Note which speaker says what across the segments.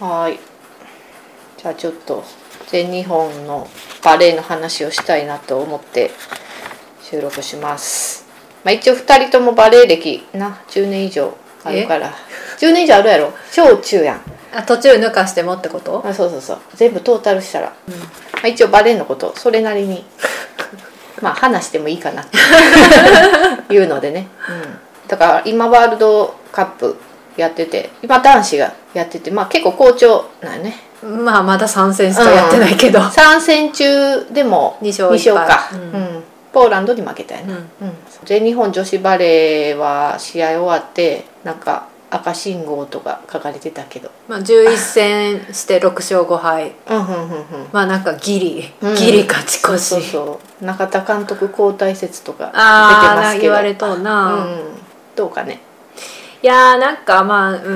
Speaker 1: はいじゃあちょっと全日本のバレエの話をしたいなと思って収録します、まあ、一応2人ともバレエ歴な10年以上あるから10年以上あるやろ小中やん
Speaker 2: あ途中抜かしてもってこと
Speaker 1: あそうそうそう全部トータルしたら、まあ、一応バレエのことそれなりにまあ話してもいいかなっていうのでね、うん、だから今ワールドカップやってて今男子がやっててまあ結構好調なんよね
Speaker 2: まあまだ参戦しかやってないけど、
Speaker 1: 3戦中でも
Speaker 2: 二勝
Speaker 1: 二勝
Speaker 2: 一敗
Speaker 1: か、
Speaker 2: うん
Speaker 1: うんポーランドに負けたよね、
Speaker 2: うん
Speaker 1: うん全日本女子バレーは試合終わってなんか赤信号とか書かれてたけど
Speaker 2: まあ、11戦して6勝5敗
Speaker 1: うんうんうんうん
Speaker 2: まあなんかギリ、
Speaker 1: うん
Speaker 2: ギリ勝ち越し
Speaker 1: そうそうそう中田監督交代説とか出て
Speaker 2: あ
Speaker 1: ます
Speaker 2: あ
Speaker 1: けど
Speaker 2: 言われとう
Speaker 1: う
Speaker 2: な、い
Speaker 1: ん、どうかね、
Speaker 2: やーなんかまあうー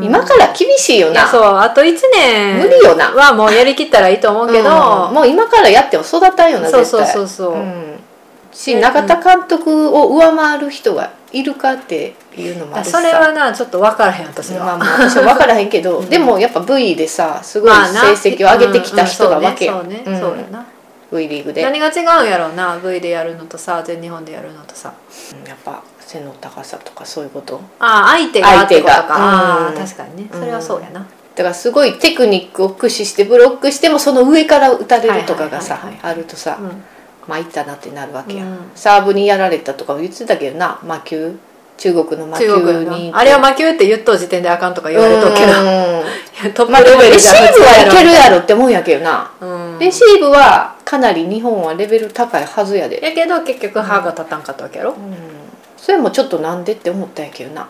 Speaker 2: ん
Speaker 1: 今から厳しいよ
Speaker 2: い
Speaker 1: な
Speaker 2: やそうあと1年
Speaker 1: 無理よな
Speaker 2: はもうやりきったらいいと思うけ
Speaker 1: う
Speaker 2: ど、
Speaker 1: んもう今からやっても育たんよな絶
Speaker 2: そ
Speaker 1: 対
Speaker 2: うそうそうそう、
Speaker 1: んし中田監督を上回る人がいるかっていうのもあ
Speaker 2: あ
Speaker 1: るし
Speaker 2: そ
Speaker 1: さ
Speaker 2: れはなちょっと分からへん私
Speaker 1: まあ
Speaker 2: は、
Speaker 1: まあ私は分からへんけど、
Speaker 2: うん
Speaker 1: でもやっぱ V でさすごい
Speaker 2: まあな
Speaker 1: 成績を上げてきた人がわけよ、
Speaker 2: うんうんそうね
Speaker 1: う
Speaker 2: そうね、
Speaker 1: ん
Speaker 2: そうやな
Speaker 1: V リーグで、
Speaker 2: 何が違うんやろうな V でやるのとさ全日本でやるのとさ
Speaker 1: うんやっぱ背の高さとかそういうこと
Speaker 2: ああ相手がってこと
Speaker 1: 相手が
Speaker 2: か、あ
Speaker 1: うん
Speaker 2: あ確かにねそれはそうやな、
Speaker 1: だからすごいテクニックを駆使してブロックしてもその上から打たれるとかが
Speaker 2: はい
Speaker 1: さ
Speaker 2: はいはい
Speaker 1: あるとさ
Speaker 2: うん
Speaker 1: 参ったなってなるわけや、
Speaker 2: うん
Speaker 1: サーブにやられたとかも言ってたけどな魔球中国の魔球
Speaker 2: 中国
Speaker 1: に
Speaker 2: のあれは魔球って言っとう時点であかんとか言われとうけど
Speaker 1: うん
Speaker 2: いやトップ
Speaker 1: まあでもレシーブはいけるやろって思うんやけどな、
Speaker 2: うん
Speaker 1: レシーブはかなり日本はレベル高いはずやで、
Speaker 2: やけど結局歯が立たんかったわけやろ
Speaker 1: う、ん、それもちょっとなんでって思ったんやけどな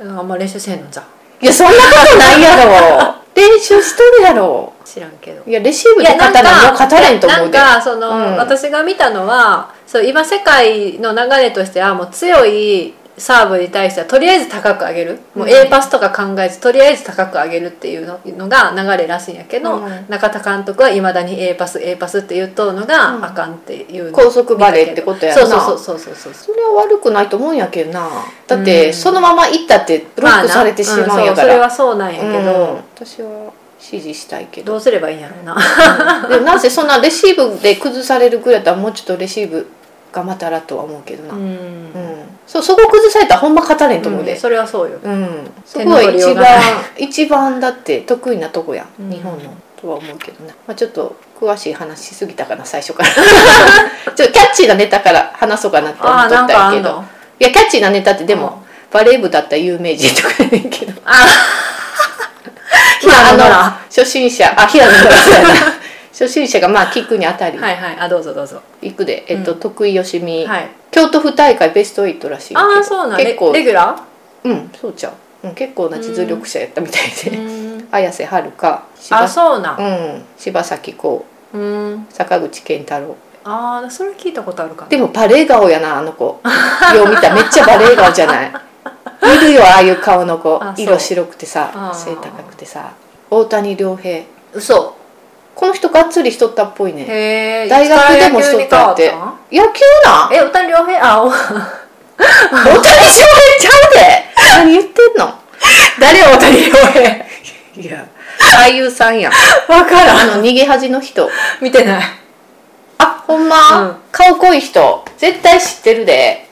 Speaker 2: うんあんま練習せんのじゃ
Speaker 1: いやそんなことないやろ 練習しとるやろ
Speaker 2: 知らんけど
Speaker 1: いやレシーブで勝た
Speaker 2: なん
Speaker 1: らも
Speaker 2: か
Speaker 1: う勝たれんと思うで
Speaker 2: なんかその、
Speaker 1: うん
Speaker 2: 私が見たのはそう今世界の流れとしてはもう強いサーブに対してはとりあえず高く上げる、も
Speaker 1: う
Speaker 2: うん A パスとか考えずとりあえず高く上げるっていうののが流れらしいんやけど、
Speaker 1: うん
Speaker 2: 中田監督はいまだに A パス A パスって言っとうの
Speaker 1: うん
Speaker 2: があかんっていうの
Speaker 1: 高速バレーってことやな
Speaker 2: そうそうそうそうそうそ
Speaker 1: それは悪くないと思うんやけどなだっ
Speaker 2: う
Speaker 1: て
Speaker 2: ん
Speaker 1: そのまま行ったってブ
Speaker 2: う
Speaker 1: ロック
Speaker 2: な
Speaker 1: されてしまうんやか
Speaker 2: そそれ
Speaker 1: ら、
Speaker 2: はそうなんやけ
Speaker 1: う
Speaker 2: ど、
Speaker 1: ん私は支持したいけど
Speaker 2: どうすればいいんやろうな
Speaker 1: でもなぜそんなレシーブで崩されるぐらいだったらもうちょっとレシーブ頑張ったらとは思うけどな、うん
Speaker 2: ん
Speaker 1: そうそこ崩されたらほんま勝たれんと思う
Speaker 2: う
Speaker 1: で、
Speaker 2: んそれはそ うよ
Speaker 1: うん、そこは
Speaker 2: 手の
Speaker 1: 一
Speaker 2: 上がな
Speaker 1: 番
Speaker 2: い
Speaker 1: 一番だって得意なとこやん
Speaker 2: うん
Speaker 1: 日本の、とは思うけどな、まあ、ちょっと詳しい話しすぎたかな最初から ちょっとキャッチーなネタから話そうかなって思
Speaker 2: あ
Speaker 1: っ
Speaker 2: あ
Speaker 1: と
Speaker 2: な
Speaker 1: っ
Speaker 2: ん
Speaker 1: た
Speaker 2: か
Speaker 1: ん
Speaker 2: あ
Speaker 1: やけ
Speaker 2: ん
Speaker 1: ど
Speaker 2: の
Speaker 1: いやキャッチーなネタってでも、バレー部だったら有名人とかやねんけ ど
Speaker 2: 平野ノラ
Speaker 1: まああの初心者あ平野ノラそうやな初心者がまあキックに当たり、
Speaker 2: はいはいあどうぞどうぞ
Speaker 1: いくで、えっと
Speaker 2: うん
Speaker 1: 徳井よしみ、
Speaker 2: はい
Speaker 1: 京都府大会ベスト8らしいんやけど
Speaker 2: ああそうなん
Speaker 1: 結構
Speaker 2: レレギュラ
Speaker 1: うんそうちゃう、うん、結構な実力者やったみたいで、
Speaker 2: ー
Speaker 1: 綾瀬はるか
Speaker 2: あ
Speaker 1: 柴,、
Speaker 2: そうなん
Speaker 1: うん、柴咲コウ
Speaker 2: うん
Speaker 1: 坂口健太郎
Speaker 2: ああそれ聞いたことあるかな
Speaker 1: でもバレー顔やなあの子よう見ためっちゃバレー顔じゃない見るよああいう顔の子
Speaker 2: あそう
Speaker 1: 色白くてさ
Speaker 2: あー
Speaker 1: 背高くてさ大谷亮平
Speaker 2: 嘘
Speaker 1: この人がっつりしとったっぽいね
Speaker 2: へえ
Speaker 1: 大学でもしとったって野球なん
Speaker 2: え歌両平 あお
Speaker 1: 大谷亮平ちゃうで何言ってんの
Speaker 2: 誰大谷亮平
Speaker 1: いや俳優さんやん
Speaker 2: わからん
Speaker 1: あの逃げ恥の人
Speaker 2: 見てない
Speaker 1: あほんま、
Speaker 2: うん
Speaker 1: 顔濃い人絶対知ってるで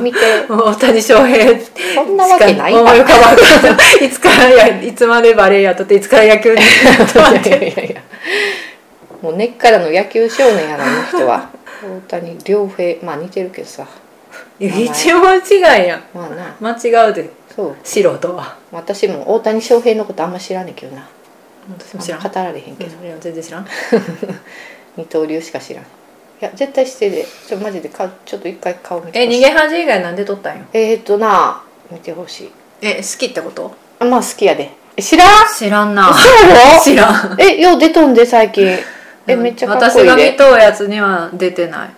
Speaker 1: 見 て
Speaker 2: 大谷翔平
Speaker 1: そんなわけない
Speaker 2: し
Speaker 1: わ
Speaker 2: か思い浮かばんけどいつからやいつまでバレエやっとっていつから野球に
Speaker 1: い やいやいやもう根っからの野球少年やなあの人は大谷亮平まあ似てるけどさ
Speaker 2: 一文違いやん
Speaker 1: まあな
Speaker 2: 間違うで
Speaker 1: そう
Speaker 2: 素人は
Speaker 1: 私も大谷翔平のことあんま知らねえけどな
Speaker 2: 私も知らん
Speaker 1: あんま語られへんけど、
Speaker 2: いや全然知らん
Speaker 1: 二刀流しか知らんいや絶対してでちょマジでかちょっと一回顔見てほ
Speaker 2: え逃
Speaker 1: しい
Speaker 2: げ恥以外なんで撮ったんよ
Speaker 1: えー、っとな見てほしい
Speaker 2: え好きってこと
Speaker 1: あまあ好きやでえ知らん
Speaker 2: 知らんな
Speaker 1: そうやろ
Speaker 2: 知らん
Speaker 1: えよう出とんで最近えめっちゃかっこいい
Speaker 2: 私が見
Speaker 1: で
Speaker 2: とうやつには出てない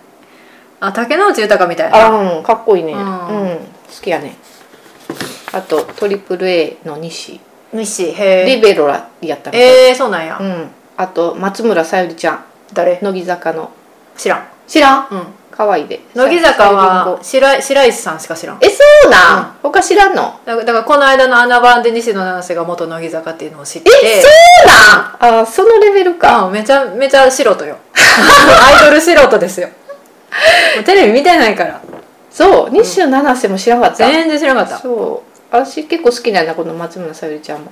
Speaker 2: あ竹野内豊みたいな
Speaker 1: あうんかっこいいねう
Speaker 2: うんん
Speaker 1: 好きやねあとトリプル a の西
Speaker 2: 西へ
Speaker 1: リ
Speaker 2: え
Speaker 1: ベロラやったみたい
Speaker 2: えー、そうなんや、
Speaker 1: うんあと松村さゆりちゃん
Speaker 2: 誰
Speaker 1: 乃木坂の
Speaker 2: 知らん
Speaker 1: 知らん
Speaker 2: うん
Speaker 1: 可愛いで
Speaker 2: 乃木坂
Speaker 1: サイリン
Speaker 2: は
Speaker 1: ゴ
Speaker 2: 白い白石さんしか知らん
Speaker 1: えそうなん、他知らんの
Speaker 2: だからだからこの間のアナ・バンで西野七瀬が元乃木坂っていうのを知って
Speaker 1: えそうなんあそのレベルか
Speaker 2: あめちゃめちゃ素人 よアイドル素人ですよもう テレビ見てないから
Speaker 1: そう西野七瀬も知らなかった、
Speaker 2: 全然知らなかった
Speaker 1: そう私結構好きなんだこの松村さゆりちゃんも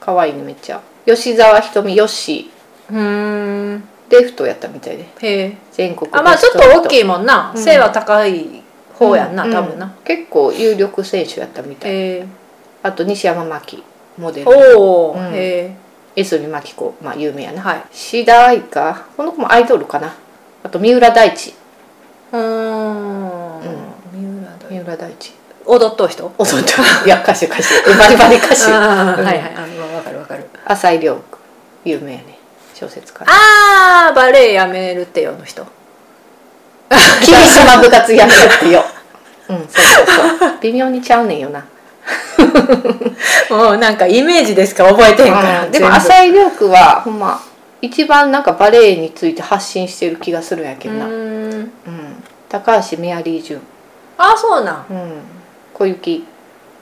Speaker 1: 可愛いねめっちゃ吉沢ひとみよし
Speaker 2: うーん
Speaker 1: レフトやったみたいで
Speaker 2: へえ
Speaker 1: 全国
Speaker 2: あまあちょっと大き
Speaker 1: い
Speaker 2: いもんな、
Speaker 1: うん
Speaker 2: 背は高い方やんな、多分な、
Speaker 1: 結構有力選手やったみたい
Speaker 2: へえ
Speaker 1: あと西山真紀モデル
Speaker 2: おお、
Speaker 1: うん
Speaker 2: へ
Speaker 1: 江角真紀子まあ有名や
Speaker 2: え
Speaker 1: な
Speaker 2: はい
Speaker 1: 志田愛かこの子もアイドルかなあと三浦大知
Speaker 2: うーん三浦
Speaker 1: 三
Speaker 2: 大
Speaker 1: 浦大知
Speaker 2: 踊っとう人
Speaker 1: 踊ったいや歌手歌手えバリバリ歌手
Speaker 2: あー
Speaker 1: うん
Speaker 2: はいはいあのわかるわかる
Speaker 1: 浅井亮君有名やね小説家
Speaker 2: あーバレエやめるってよの人
Speaker 1: 霧島部活やめるってよ うんそうそうそう微妙にちゃうねんよな、
Speaker 2: もうなんかイメージですか覚えてへんから、
Speaker 1: でも
Speaker 2: い
Speaker 1: 浅井亮君はほんま一番なんかバレエについて発信してる気がするんやけ
Speaker 2: う
Speaker 1: どな、うん
Speaker 2: ーん
Speaker 1: 高橋メアリージュン、
Speaker 2: あそうなん
Speaker 1: うん、小雪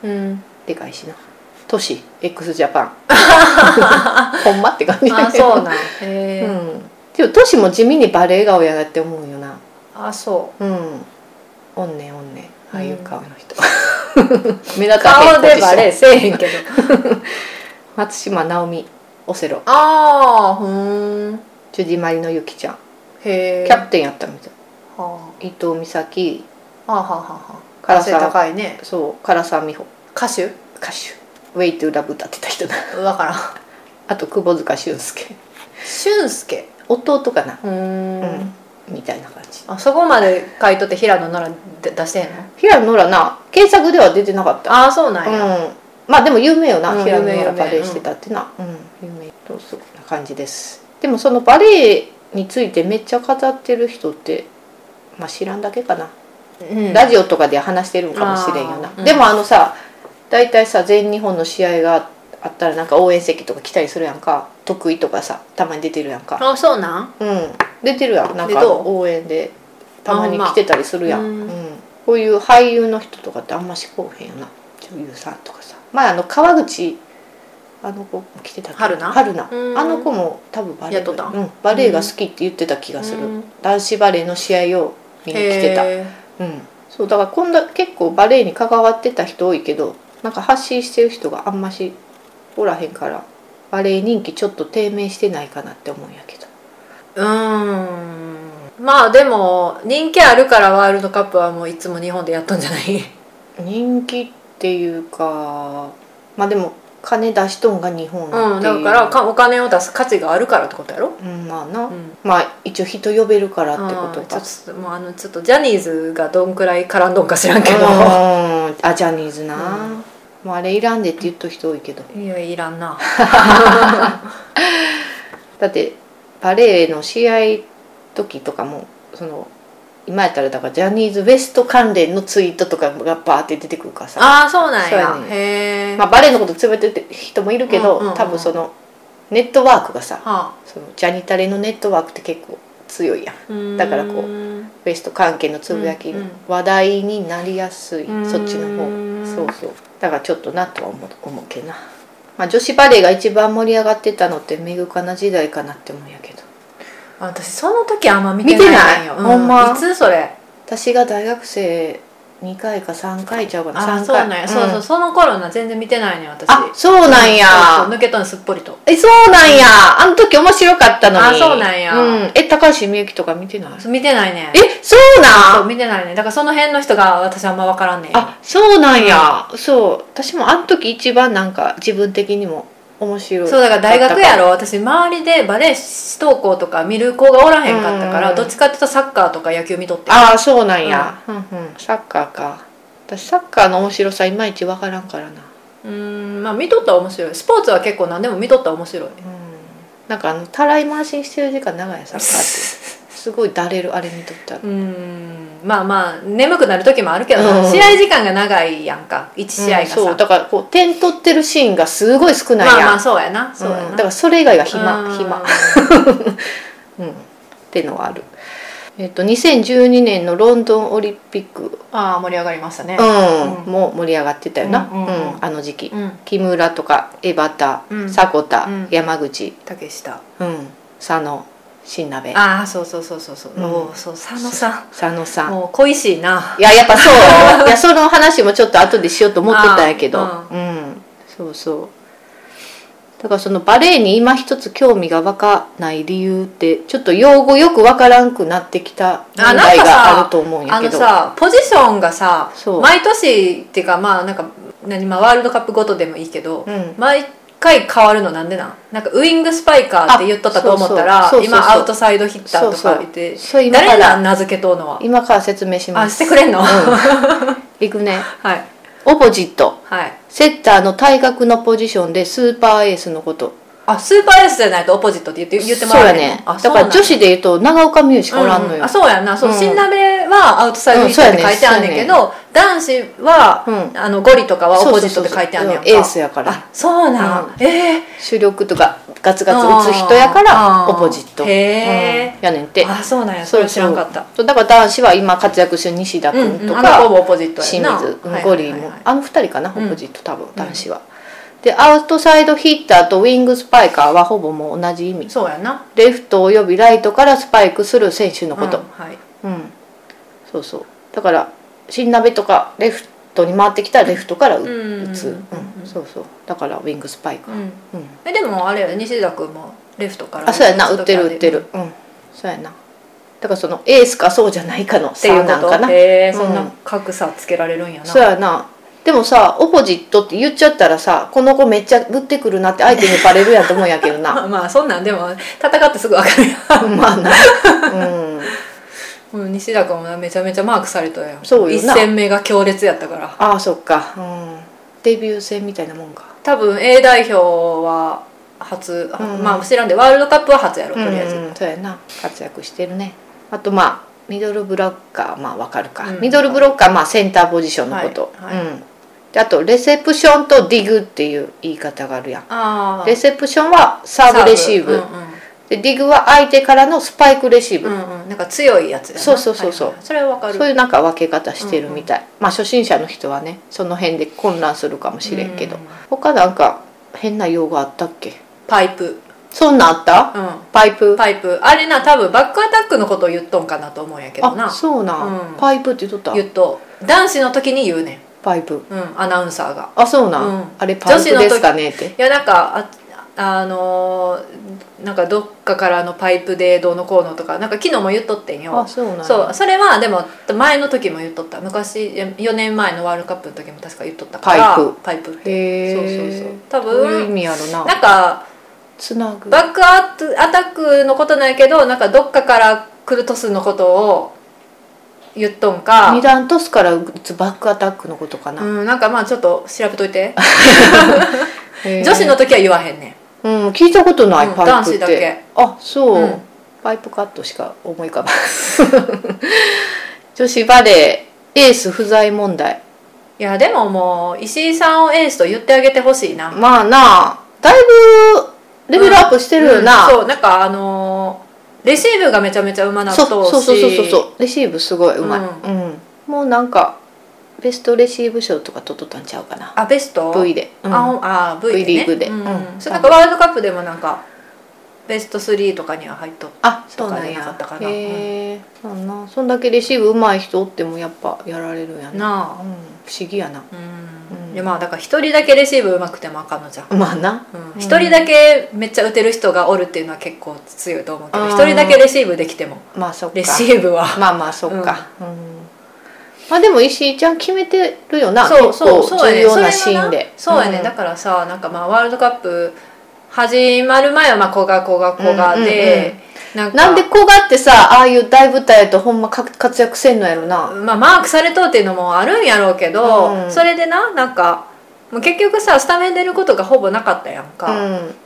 Speaker 2: うん
Speaker 1: でかいしな都市 x ジャパン ほんまって感じ
Speaker 2: あ そうなんへえ、
Speaker 1: うん、でも都市も地味にバレエ顔やなって思うよな
Speaker 2: あそ
Speaker 1: うんおんねんおんねんああいう顔の人、目
Speaker 2: う
Speaker 1: 立たへん
Speaker 2: 顔でバレ
Speaker 1: レ
Speaker 2: エせえへんけど
Speaker 1: 松島直美オセロ
Speaker 2: ああふーん
Speaker 1: ジュディ・マリのゆきちゃん
Speaker 2: へえ
Speaker 1: キャプテンやったみたい
Speaker 2: は
Speaker 1: 伊藤美咲
Speaker 2: あはあはあはあ
Speaker 1: 唐
Speaker 2: 背
Speaker 1: 沢
Speaker 2: 高いね
Speaker 1: そう唐沢美穂
Speaker 2: 歌手
Speaker 1: 歌手「ウェイトゥラブ歌ってた人だ
Speaker 2: わからん
Speaker 1: あと窪塚俊介
Speaker 2: 俊介
Speaker 1: 弟かな
Speaker 2: うー
Speaker 1: うんんみたいな感じ
Speaker 2: あそこまで書いとって平野ノラで出してへんの
Speaker 1: 平野ノラな検索では出てなかった
Speaker 2: ああそうなんや、
Speaker 1: うん、まあでも有名よな、
Speaker 2: うん
Speaker 1: 平野ノ
Speaker 2: 有名有
Speaker 1: ラ
Speaker 2: 名
Speaker 1: バレエしてたってな、うん有名とそんな感じですでもそのバレエについてめっちゃ語ってる人ってまあ知らんだけかな、
Speaker 2: うん
Speaker 1: ラジオとかで話してるんかもしれんよな
Speaker 2: あ、ーうん
Speaker 1: でもあのさ大体さ全日本の試合があったらなんか応援席とか来たりするやんか得意とかさたまに出てるやんか
Speaker 2: あそうなん
Speaker 1: うん出てるやんなん
Speaker 2: で
Speaker 1: か
Speaker 2: どう
Speaker 1: 応援でたまに来てたりするやん、
Speaker 2: あほ
Speaker 1: うんん
Speaker 2: ま
Speaker 1: こういう俳優の人とかってあんましこうへんよな女優さんとかさ前あの川口あの子来てたっけ
Speaker 2: 春菜
Speaker 1: 春菜
Speaker 2: うん
Speaker 1: あの子も多分バレ
Speaker 2: やっとった
Speaker 1: ー、う
Speaker 2: ん
Speaker 1: ん、バレエが好きって言ってた気がする、
Speaker 2: うん
Speaker 1: 男子バレーの試合を見に来てた
Speaker 2: へ
Speaker 1: うん、そうだからこんな結構バレエに関わってた人多いけどなんか発信してる人があんましおらへんからバレエ人気ちょっと低迷してないかなって思うんやけど
Speaker 2: えうーんまあでも人気あるからワールドカップはもういつも日本でやっとんじゃない
Speaker 1: 人気っていうかまあでも金出しとんが日本っていう、
Speaker 2: うんだからかお金を出す価値があるからってことやろ
Speaker 1: うんまあな、
Speaker 2: うん
Speaker 1: まあ一応人呼べるからってこと
Speaker 2: うん
Speaker 1: か
Speaker 2: ちょっともうあのちょっとジャニーズがどんくらい絡んどんか知らんけど
Speaker 1: うんあジャニーズな、
Speaker 2: うん
Speaker 1: もうあれいらんでって言っとる人多いけど
Speaker 2: いやいらんな
Speaker 1: だってバレエの試合時とかもその今やったらだからジャニーズ WEST 関連のツイートとかがバーって出てくるからさ
Speaker 2: ああそうなんや
Speaker 1: そうやね
Speaker 2: へえ、
Speaker 1: まあ、バレエのこと詰めてる人もいるけど、
Speaker 2: うんうんうん
Speaker 1: 多分そのネットワークがさ
Speaker 2: は
Speaker 1: そのジャニタレのネットワークって結構強いやん
Speaker 2: あうーん
Speaker 1: だからこう
Speaker 2: う
Speaker 1: ベスト関係のつぶやき
Speaker 2: うんう
Speaker 1: の
Speaker 2: ん
Speaker 1: 話題になりやすい、
Speaker 2: うん
Speaker 1: そっちの方そうそうだからちょっとなとは思う思うけどな、まあ、女子バレエが一番盛り上がってたのってメグカナ時代かなって思うんやけど
Speaker 2: あ私その時あんま見て
Speaker 1: 見て
Speaker 2: な
Speaker 1: ない
Speaker 2: いよ
Speaker 1: ほんま
Speaker 2: いつそれ
Speaker 1: 私が大学生2回か3回ちゃうかな
Speaker 2: あ
Speaker 1: 3回
Speaker 2: そうなんや、そうそうその頃な全然見てないね私
Speaker 1: あそうなんや
Speaker 2: そうそう抜けとんすっぽりと
Speaker 1: えそうなんやあの時面白かったのに
Speaker 2: あそうなんや
Speaker 1: うん、え高橋みゆきとか見てない
Speaker 2: そう見てないね
Speaker 1: えそうな
Speaker 2: そうん見てないねだからその辺の人が私あんま分からんねん
Speaker 1: あそうなんや、そう私もあの時一番なんか自分的にも面白い
Speaker 2: そうだから大学やろ私周りでバレエ指導校とか見る子がおらへんかったか
Speaker 1: うんう
Speaker 2: ら
Speaker 1: ん
Speaker 2: どっちかっていうとサッカーとか野球見とって
Speaker 1: ああそうなんや、うんうん、サッカーか私サッカーの面白さいまいちわからんからな
Speaker 2: うーんまあ見とったら面白いスポーツは結構何でも見とったら面白
Speaker 1: う
Speaker 2: い
Speaker 1: んなんかあのたらい回ししてる時間長いやんサッカー ってすごいだれるあれ見とったら
Speaker 2: うーんまあまあ眠くなる時もあるけどな、
Speaker 1: うん
Speaker 2: 試合時間が長いやんか1試
Speaker 1: う
Speaker 2: 合が
Speaker 1: ん
Speaker 2: さ、
Speaker 1: そうだからこう点取ってるシーンがすごい少ないやん、
Speaker 2: まあまあそうやなそうやな、
Speaker 1: うんだからそれ以外が
Speaker 2: う
Speaker 1: 暇
Speaker 2: ん
Speaker 1: 暇、うん、ってのはあるえっと、2012年のロンドンオリンピック、
Speaker 2: ああ盛り上がりましたね
Speaker 1: うん
Speaker 2: うん
Speaker 1: もう盛り上がってたよな、
Speaker 2: うんうんうん
Speaker 1: うんあの時期、
Speaker 2: うん
Speaker 1: 木村とか江端、
Speaker 2: うん
Speaker 1: 迫田、
Speaker 2: うん
Speaker 1: 山口、
Speaker 2: 竹下
Speaker 1: うん、佐野新鍋
Speaker 2: ああそうそうそうそうそう、
Speaker 1: うん
Speaker 2: おーそう佐野さ
Speaker 1: 佐野さ
Speaker 2: ん
Speaker 1: ん
Speaker 2: もう恋しいない
Speaker 1: ややっぱそう いやその話もちょっと後でしようと思ってたんやけど
Speaker 2: あ
Speaker 1: うんそうそうだからそのバレエに今一つ興味が湧かない理由ってちょっと用語よくわからんくなってきた問
Speaker 2: あなんか
Speaker 1: 題
Speaker 2: さ
Speaker 1: があると思うんや
Speaker 2: あ
Speaker 1: け
Speaker 2: の
Speaker 1: ど
Speaker 2: さポジションがさ
Speaker 1: そう
Speaker 2: 毎年っていうかまあなんか何、まあ、ワールドカップごとでもいいけど、
Speaker 1: うん
Speaker 2: 毎回変わるのなんでなんなんかウイングスパイカーって言っとったと思ったら
Speaker 1: あそうそうそうそう
Speaker 2: 今アウトサイドヒッターとか言って
Speaker 1: そう今か
Speaker 2: 誰なん
Speaker 1: ら
Speaker 2: 名付けとうのは
Speaker 1: 今から説明しま
Speaker 2: あ
Speaker 1: す
Speaker 2: してくれ んの、
Speaker 1: う
Speaker 2: はい
Speaker 1: ん、いくね
Speaker 2: はい
Speaker 1: オポジットセッターの対角のポジションでスーパーエースのこと
Speaker 2: あスーパーエースじゃないとオポジットって言って言っても
Speaker 1: そう
Speaker 2: ら
Speaker 1: や
Speaker 2: えへんの
Speaker 1: ね
Speaker 2: あ
Speaker 1: だから女子で言うと長岡美優し
Speaker 2: そう
Speaker 1: かお
Speaker 2: な
Speaker 1: ら
Speaker 2: ん
Speaker 1: ん
Speaker 2: や
Speaker 1: の
Speaker 2: うんう
Speaker 1: よ
Speaker 2: んあそうやんなそう、
Speaker 1: うん
Speaker 2: 新鍋はアウトサイドヒッターって書いてあんねんけど、男子は、
Speaker 1: うん
Speaker 2: あのゴリとかはオポジットって書いてあんね
Speaker 1: そうそう
Speaker 2: ん
Speaker 1: そうそうエースやから
Speaker 2: あそうなん、
Speaker 1: う
Speaker 2: ええ
Speaker 1: 主力とかガツガツ打つ人やか
Speaker 2: あ
Speaker 1: ら
Speaker 2: ー
Speaker 1: オポジット、
Speaker 2: へえ
Speaker 1: うんやねんて
Speaker 2: あそうなんやそれは知らんかった
Speaker 1: そうだから男子は今活躍してる西田
Speaker 2: う
Speaker 1: 君
Speaker 2: ん
Speaker 1: と
Speaker 2: あの
Speaker 1: か、
Speaker 2: 子もオポジット
Speaker 1: 清
Speaker 2: やな
Speaker 1: 水、うん
Speaker 2: はい
Speaker 1: ゴリーも、
Speaker 2: はいはい
Speaker 1: あの2人かな
Speaker 2: うん
Speaker 1: オポジット多分、男子はでアウトサイドヒッターとウィングスパイカーはほぼもう同じ意味
Speaker 2: そうやな
Speaker 1: レフトおよびライトからスパイクする選手のこと、
Speaker 2: うんはい
Speaker 1: うん、そうそうだから新鍋とかレフトに回ってきたらレフトから打
Speaker 2: うん
Speaker 1: 打つ、
Speaker 2: うん
Speaker 1: うんそうそうだからウィングスパイク、
Speaker 2: う
Speaker 1: うん
Speaker 2: んえでもあれや西田君もレフトから
Speaker 1: あそうやな打ってる打ってるうんそうやなだからそのエースかそうじゃないかの
Speaker 2: っ
Speaker 1: ってて
Speaker 2: い
Speaker 1: いうう
Speaker 2: こ
Speaker 1: なんか
Speaker 2: と
Speaker 1: な
Speaker 2: へえ
Speaker 1: うん
Speaker 2: そんな格差つけられるんやな
Speaker 1: そうやなでもさオポジットって言っちゃったらさこの子めっちゃ打ってくるなって相手にバレるやんと思うんやけどな
Speaker 2: まあ まあそんなんでも戦ってすぐ分かるやん
Speaker 1: まあなうん
Speaker 2: うん西田君もめちゃめちゃマークされたやん
Speaker 1: そうよ
Speaker 2: 一
Speaker 1: な
Speaker 2: 戦目が強烈やったから
Speaker 1: ああそっか、うん、デビュー戦みたいなもんか
Speaker 2: 多分 A 代表は初、
Speaker 1: うん
Speaker 2: まあ知らんでワールドカップは初やろと
Speaker 1: とり
Speaker 2: りあ
Speaker 1: あ
Speaker 2: え
Speaker 1: え
Speaker 2: ず、
Speaker 1: ず、そうやな活躍してるねあとまあミドルブロッカーまあわかるか、
Speaker 2: うん
Speaker 1: ミドルブロッカーまあセンターポジションのこと、
Speaker 2: はいはい
Speaker 1: うんであとレセプションとディグっていう言い方があるやん
Speaker 2: ああ
Speaker 1: レセプションはサーブレシーブ
Speaker 2: うん
Speaker 1: でディグは相手からのスパイクレシーブ、
Speaker 2: うんうんうんなんか強いやつやな
Speaker 1: そうそうそうそう
Speaker 2: はいはいそれはわかる
Speaker 1: そういうなんか分け方してるみたい、まあ初心者の人はねその辺で混乱するかもしれんけど、
Speaker 2: うん
Speaker 1: 他なんか変な用語あったっけ
Speaker 2: パイプ、
Speaker 1: そんなんあった、
Speaker 2: う
Speaker 1: パイプ
Speaker 2: ん、パイプあれな多分バックアタックのことを言っとんかなと思うんやけどな
Speaker 1: あそうなん、
Speaker 2: うん
Speaker 1: パイプって言っとった
Speaker 2: 言っと男子の時に言うね
Speaker 1: パイプ
Speaker 2: ん、うん、アナウンサーが
Speaker 1: あそうなん、
Speaker 2: うん
Speaker 1: あれパイプですかねって
Speaker 2: いやなんかああのーなんかどっかからのパイプでどうのこうのとかなんか昨日も言っとってんよ
Speaker 1: あそうなんや
Speaker 2: そうそれはでも前の時も言っとった昔4年前のワールドカップの時も確か言っとったから
Speaker 1: パイプ
Speaker 2: パイプって
Speaker 1: へえ
Speaker 2: そうそうそう多
Speaker 1: どういう意
Speaker 2: 分
Speaker 1: 味やろな
Speaker 2: なんか
Speaker 1: つなぐ
Speaker 2: バックアタックのことなんやけどなんかどっかから来るトスのことを言っとんか
Speaker 1: 二段トスから打つバックアタックのことかな、
Speaker 2: うん、なんかまあちょっと調べといて
Speaker 1: へー
Speaker 2: 女子の時は言わへんね
Speaker 1: うん聞いたことない、
Speaker 2: うん
Speaker 1: パイプ
Speaker 2: 男子
Speaker 1: って
Speaker 2: だけ
Speaker 1: あそう、
Speaker 2: うん
Speaker 1: パイプカットしか思い浮かばない 女子バレーエース不在問題
Speaker 2: んいやでももう石井さんをエースと言ってあげてほしいな
Speaker 1: まあなあだいぶレベルアップしてるよな、
Speaker 2: うんそうなんかあのーレシーブがめちゃめちゃうまなっと
Speaker 1: そう
Speaker 2: うし
Speaker 1: そうそうそうそうレシーブすごいうまい、うんもうなんかベストレシーブ賞とか取っとったんちゃうかな
Speaker 2: あベスト
Speaker 1: V で、うん
Speaker 2: あほんあ V で、ね、
Speaker 1: V リーグで
Speaker 2: うん
Speaker 1: うん
Speaker 2: そうなんかワールドカップでもなんかベスト3とかには入っとっ
Speaker 1: あ
Speaker 2: そ
Speaker 1: そうう
Speaker 2: な
Speaker 1: なんん
Speaker 2: や
Speaker 1: やへえそうなそんだけレシーブうまい人おってもやっぱやられるや
Speaker 2: た
Speaker 1: な、
Speaker 2: な
Speaker 1: う
Speaker 2: あ
Speaker 1: ん、不思議やな
Speaker 2: うん、
Speaker 1: うん
Speaker 2: いやまあだから一人だけレシーブうまくてもあかんのじゃん
Speaker 1: まあな
Speaker 2: うん一人だけめっちゃ打てる人がおるっていうのは結構強いと思うけど
Speaker 1: あー
Speaker 2: 一人だけレシーブできても
Speaker 1: まあそっか
Speaker 2: レシーブは
Speaker 1: まあまあそっか、うんまあでも石井ちゃん決めてるよな
Speaker 2: そうそう
Speaker 1: 結
Speaker 2: そ
Speaker 1: 構
Speaker 2: うや
Speaker 1: 重要
Speaker 2: ねそれ
Speaker 1: な
Speaker 2: が
Speaker 1: シーンで
Speaker 2: そうやね、
Speaker 1: ん
Speaker 2: だからさなんかまあワールドカップ始まる前はまあこがこがこがで、なんか
Speaker 1: なんで古賀ってさああいう大舞台やとほんまか活躍せんのやろな
Speaker 2: まあ、マークされとうっていうのもあるんやろうけど、
Speaker 1: うん
Speaker 2: それでななんかもう結局さスタメン出ることがほぼなかったやんか、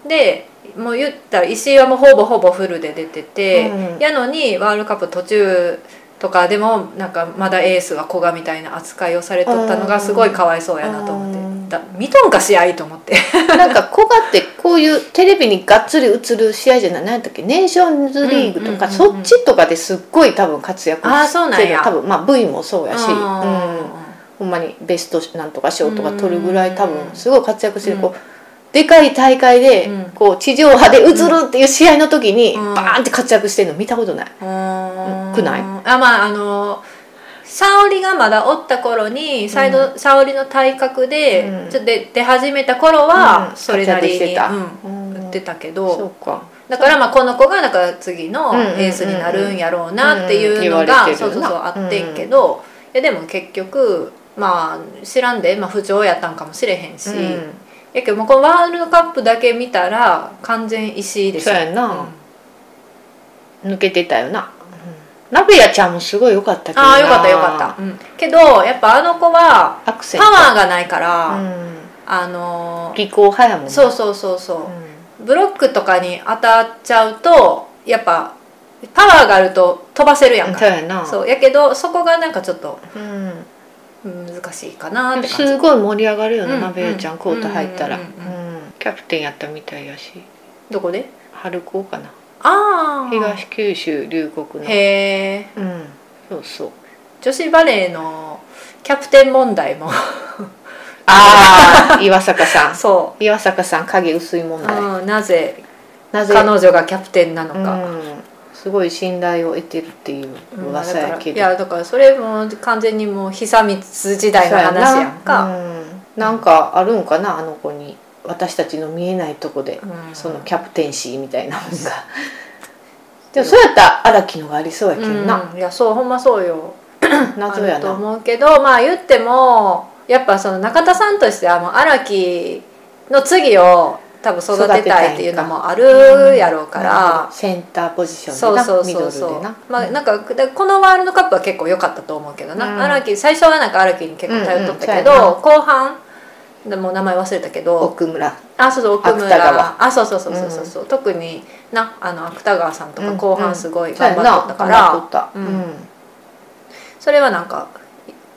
Speaker 1: うん
Speaker 2: でもう言ったら石井はもうほぼほぼフルで出てて、
Speaker 1: うん
Speaker 2: やのにワールドカップ途中とかでもなんかまだエースは古賀みたいな扱いをされとったのがすごいかわいそうやなと思って、
Speaker 1: うん
Speaker 2: た見とんか試合と思って
Speaker 1: なんか古賀ってこういうテレビにがっつり映る試合じゃない何だっけネーションズリーグとか、
Speaker 2: うんうんうんうん
Speaker 1: そっちとかですっごい多分活躍
Speaker 2: あーそうなんや
Speaker 1: してる多分まあ V もそうやし、うん
Speaker 2: あ
Speaker 1: ほんまにベストなんとか賞とか取るぐら
Speaker 2: う
Speaker 1: い
Speaker 2: ん
Speaker 1: 多分すごい活躍してる、
Speaker 2: うん
Speaker 1: こうでかい大会で
Speaker 2: うん
Speaker 1: こう地上波で映るっていう試合の時に
Speaker 2: うん
Speaker 1: バーンって活躍してるの見たことない。
Speaker 2: ーうん
Speaker 1: くない
Speaker 2: あまああの沙織がまだおった頃にサイド、沙織の体格で,、
Speaker 1: うん
Speaker 2: ちょっとで出始めた頃は、
Speaker 1: うん
Speaker 2: それなりに
Speaker 1: 活躍してた
Speaker 2: うん売ってたけど、
Speaker 1: そうか
Speaker 2: だからまあこの子がだから次の
Speaker 1: うんうんうんうん
Speaker 2: エースになるんやろうなっていう
Speaker 1: う
Speaker 2: の
Speaker 1: ん言わ
Speaker 2: が
Speaker 1: れてるな
Speaker 2: そうそうそうあってんけど、いやでも結局まあ知らんで、まあ、不調やったんかもしれへんし、
Speaker 1: う
Speaker 2: や
Speaker 1: ん
Speaker 2: けどもうこのワールドカップだけ見たら完全石井でし
Speaker 1: そう
Speaker 2: た
Speaker 1: やんな抜けてたよな、うん、ナベヤちゃんもすごい良かったけどな
Speaker 2: ああよかったよかった、うんけどやっぱあの子は
Speaker 1: アクセント
Speaker 2: パワーがないから、
Speaker 1: うん
Speaker 2: あのー
Speaker 1: 技巧派やもんね
Speaker 2: そうそうそうそう、
Speaker 1: う
Speaker 2: ブロックとかに当たっちゃうとやっぱパワーがあると飛ばせるやん
Speaker 1: ん
Speaker 2: か
Speaker 1: そうやな
Speaker 2: そうやけどそこがなんかちょっと
Speaker 1: うん
Speaker 2: うん難しいかなって感じ
Speaker 1: すごい盛り上がるよ
Speaker 2: う
Speaker 1: なん鍋屋ちゃんコート入ったら
Speaker 2: う
Speaker 1: うん
Speaker 2: うん
Speaker 1: キャプテンやったみたいやし
Speaker 2: どこで
Speaker 1: 春高かな
Speaker 2: ああ
Speaker 1: 東九州龍谷の
Speaker 2: へえ
Speaker 1: うんそうそう
Speaker 2: 女子バレーのキャプテン問題も
Speaker 1: ああ岩坂さん
Speaker 2: そ
Speaker 1: 岩坂さん影薄い問
Speaker 2: う、
Speaker 1: 題
Speaker 2: うんなぜ
Speaker 1: なぜ
Speaker 2: 彼女がキャプテンなの
Speaker 1: う
Speaker 2: か、
Speaker 1: んすごい信頼を得てるっていう
Speaker 2: うんだ
Speaker 1: 噂
Speaker 2: か
Speaker 1: や
Speaker 2: ら
Speaker 1: け
Speaker 2: い
Speaker 1: ど
Speaker 2: やだからそれも完全にもう久光時代の話やんか、
Speaker 1: うんなんかあるんかなあの子に私たちの見えないとこで
Speaker 2: うん
Speaker 1: そのキャプテンシーみたいなもんがでもそうやったら荒木のがありそうやけどな、
Speaker 2: うんいやそうほんまそうよ
Speaker 1: 謎や
Speaker 2: あると
Speaker 1: な
Speaker 2: 思うけどまあ言ってもやっぱその中田さんとしてはもう荒木の次を多分育てたいっていうのもあるやろうから、
Speaker 1: センターポジション
Speaker 2: そう
Speaker 1: でな
Speaker 2: そう
Speaker 1: ミ
Speaker 2: そ
Speaker 1: ド
Speaker 2: う
Speaker 1: ル
Speaker 2: そう
Speaker 1: でな,、
Speaker 2: まあなんかだこのワールドカップは結構良かったと思うけど
Speaker 1: うん
Speaker 2: な荒、木最初はなんか荒木に結構頼っとったけど、
Speaker 1: うんうん
Speaker 2: 後半でもう名前忘れたけど
Speaker 1: 奥村
Speaker 2: あそうそう奥
Speaker 1: 芥川
Speaker 2: 村あそうそうそうそうそう、特になあの芥川さんとか後半すごい
Speaker 1: そうや
Speaker 2: 頑張
Speaker 1: な
Speaker 2: っとったから、
Speaker 1: 頑張っとった
Speaker 2: うんそれはなんか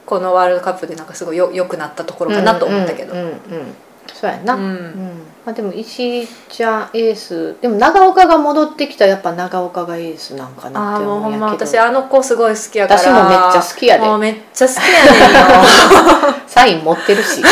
Speaker 2: このワールドカップでなんかすごいよ良くなったところかなと思ったけど
Speaker 1: う
Speaker 2: うん
Speaker 1: んうんうんそうやな、うん
Speaker 2: うん
Speaker 1: まあ、でも石井ちゃんエースでも長岡が戻ってきたらやっぱ長岡がエースなんかな
Speaker 2: あ
Speaker 1: っ
Speaker 2: あ
Speaker 1: て
Speaker 2: もう
Speaker 1: 思
Speaker 2: ほ
Speaker 1: うんん
Speaker 2: ま
Speaker 1: やけど
Speaker 2: 私あの子すごい好きやから
Speaker 1: 私もめっちゃ好きやで
Speaker 2: もうめっちゃ好 きやねんよ
Speaker 1: サイン持ってるし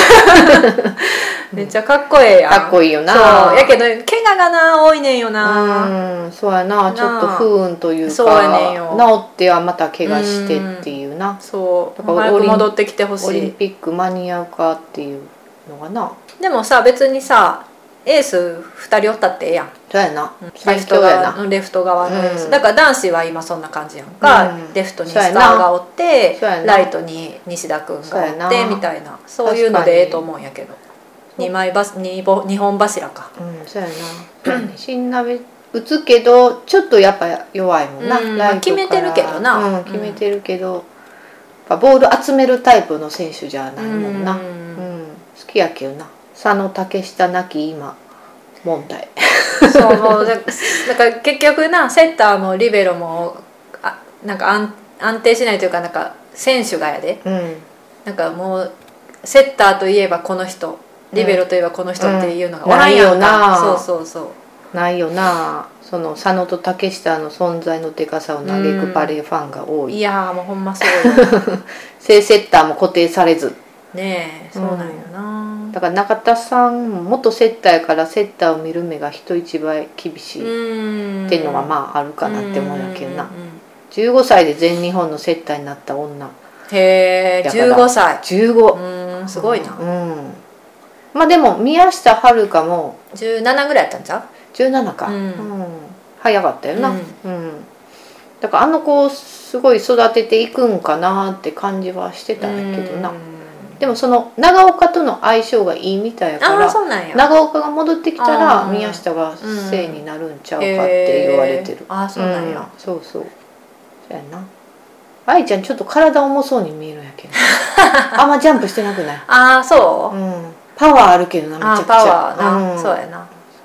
Speaker 2: めっちゃかっこええやん
Speaker 1: かっこいいよな
Speaker 2: そうやけど怪我がな多いねんよな
Speaker 1: うんそうやな
Speaker 2: あ
Speaker 1: ちょっと不運というか
Speaker 2: そうやねんよ
Speaker 1: 治ってはまた怪我してっていうな
Speaker 2: そう
Speaker 1: だから
Speaker 2: 早
Speaker 1: オ
Speaker 2: く
Speaker 1: リン
Speaker 2: 戻ってきてほし
Speaker 1: オリン
Speaker 2: い
Speaker 1: ピック間に合うかっていうのがな
Speaker 2: でもさ別にさエース2人おったってええやん
Speaker 1: そうやな
Speaker 2: レ
Speaker 1: 最
Speaker 2: フ
Speaker 1: 強
Speaker 2: ト
Speaker 1: や
Speaker 2: 側
Speaker 1: な
Speaker 2: のレフト側のエース、
Speaker 1: うん
Speaker 2: だから男子は今そんな感じやんか、
Speaker 1: うん
Speaker 2: レフトにス
Speaker 1: そう
Speaker 2: タ
Speaker 1: や
Speaker 2: ー
Speaker 1: な
Speaker 2: がおって
Speaker 1: そうやな
Speaker 2: ライトに西田君
Speaker 1: そうや
Speaker 2: がお
Speaker 1: な
Speaker 2: ってみたいなそういうの
Speaker 1: 確かに
Speaker 2: でええと思うんやけど2枚バス二本二本柱か
Speaker 1: うんそうやな 新鍋打つけどちょっとやっぱ弱いもんな、ラ
Speaker 2: うん
Speaker 1: イトから
Speaker 2: まあ決めてるけどな
Speaker 1: うん
Speaker 2: うん
Speaker 1: 決めてるけど、やっぱボール集めるタイプの選手じゃないもんな、
Speaker 2: う
Speaker 1: うん
Speaker 2: ん
Speaker 1: 好きやけどな佐野竹下なき今問題
Speaker 2: そう もうだだから結局なセッターもリベロもあなんか安安定しないというかなんか選手がやで
Speaker 1: うん
Speaker 2: なんかもうセッターといえばこの人リベロといえばこの人っていうのが
Speaker 1: うん
Speaker 2: おらんや
Speaker 1: うん
Speaker 2: ん
Speaker 1: ないよ
Speaker 2: か、
Speaker 1: な
Speaker 2: そうそうそう
Speaker 1: ないよなその佐野と竹下の存在のでかさを嘆くバレーファンが多い、
Speaker 2: いやーもうほんまそうよ
Speaker 1: 正セッターも固定されず
Speaker 2: ねえそうなんよな
Speaker 1: だから中田さんも元セッターやからセッターを見る目が人一倍厳し
Speaker 2: う
Speaker 1: いっ
Speaker 2: ん
Speaker 1: ていうのが
Speaker 2: あ
Speaker 1: まああるかなって思うんやけどな
Speaker 2: うんうんうん
Speaker 1: 15歳で全日本のセッターになった女
Speaker 2: へえ
Speaker 1: だから
Speaker 2: 15歳う
Speaker 1: 15
Speaker 2: ーんすごいな
Speaker 1: うんまあでも宮下遥も
Speaker 2: 17ぐらいやったんちゃ
Speaker 1: 17か、
Speaker 2: うん
Speaker 1: ん早かったよな、
Speaker 2: う
Speaker 1: うんんだからあの子をすごい育てていくんかなって感じはして
Speaker 2: う
Speaker 1: たんやけどな、
Speaker 2: うん
Speaker 1: でもその長岡との相性がいいみたいやか
Speaker 2: ああ
Speaker 1: ら
Speaker 2: そうなんや
Speaker 1: 長岡が戻ってきた
Speaker 2: あ
Speaker 1: ら
Speaker 2: ー
Speaker 1: 宮下が正になるんちゃうかって言われてる
Speaker 2: へ、ーああそうなんや
Speaker 1: うんそうそうそうやな愛ちゃんちょっと体重そうに見えるんや けどあんまジャンプしてなくない、
Speaker 2: ああそう
Speaker 1: うん、パワーあるけどなめち
Speaker 2: あ
Speaker 1: ゃ
Speaker 2: あ
Speaker 1: くちゃ
Speaker 2: パワーな
Speaker 1: うん
Speaker 2: そうやな